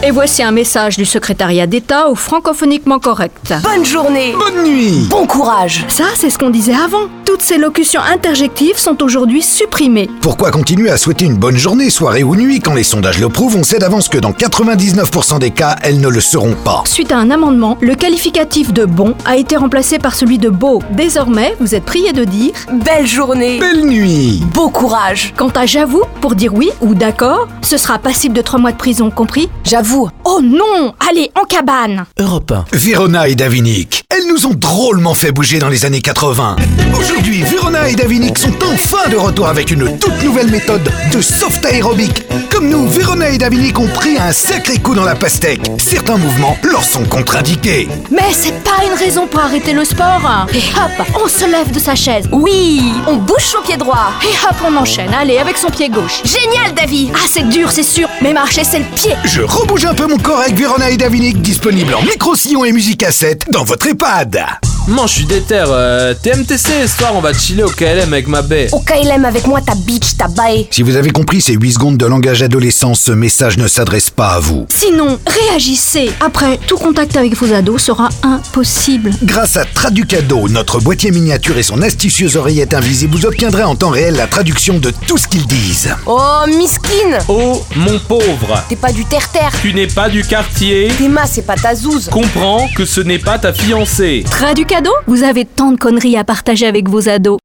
Et voici un message du secrétariat d'État au francophoniquement correct. Bonne journée Bonne nuit Bon courage Ça, c'est ce qu'on disait avant. Toutes ces locutions interjectives sont aujourd'hui supprimées. Pourquoi continuer à souhaiter une bonne journée, soirée ou nuit Quand les sondages le prouvent, on sait d'avance que dans 99% des cas, elles ne le seront pas. Suite à un amendement, le qualificatif de bon a été remplacé par celui de beau. Désormais, vous êtes prié de dire Belle journée Belle nuit Beau courage Quant à j'avoue, pour dire oui ou d'accord, ce sera passible de 3 mois de prison, compris J'avoue Oh non Allez, en cabane Europe 1. Verona et Davinic, elles nous ont drôlement fait bouger dans les années 80. Aujourd'hui, Verona et Davinic sont enfin de retour avec une toute nouvelle méthode de soft aérobic. Comme nous, Verona et Davinic ont pris un sacré coup dans la pastèque. Certains mouvements leur sont contre-indiqués. Mais c'est pas une raison pour arrêter le sport Et hop, on se lève de sa chaise Oui On bouge son pied droit Et hop, on enchaîne, allez, avec son pied gauche Génial, David Ah, c'est dur, c'est sûr, mais marcher, c'est le pied Je rebouge un peu mon corps avec Verona et Davinic, disponible en micro-sillon et musique à 7 dans votre EHPAD. Man, je suis déter. euh, TMTC, ce soir, on va chiller au KLM avec ma baie. Au KLM avec moi, ta bitch, ta bae Si vous avez compris ces 8 secondes de langage adolescent, ce message ne s'adresse pas à vous. Sinon, réagissez Après, tout contact avec vos ados sera impossible. Grâce à Traducado, notre boîtier miniature et son astucieuse oreillette invisible, vous obtiendrez en temps réel la traduction de tout ce qu'ils disent. Oh, miskin Oh, mon pauvre, T'es pas du terre-terre tu n'es pas du quartier. Théma, c'est pas ta zouze Comprends que ce n'est pas ta fiancée. Traducado Vous avez tant de conneries à partager avec vos ados.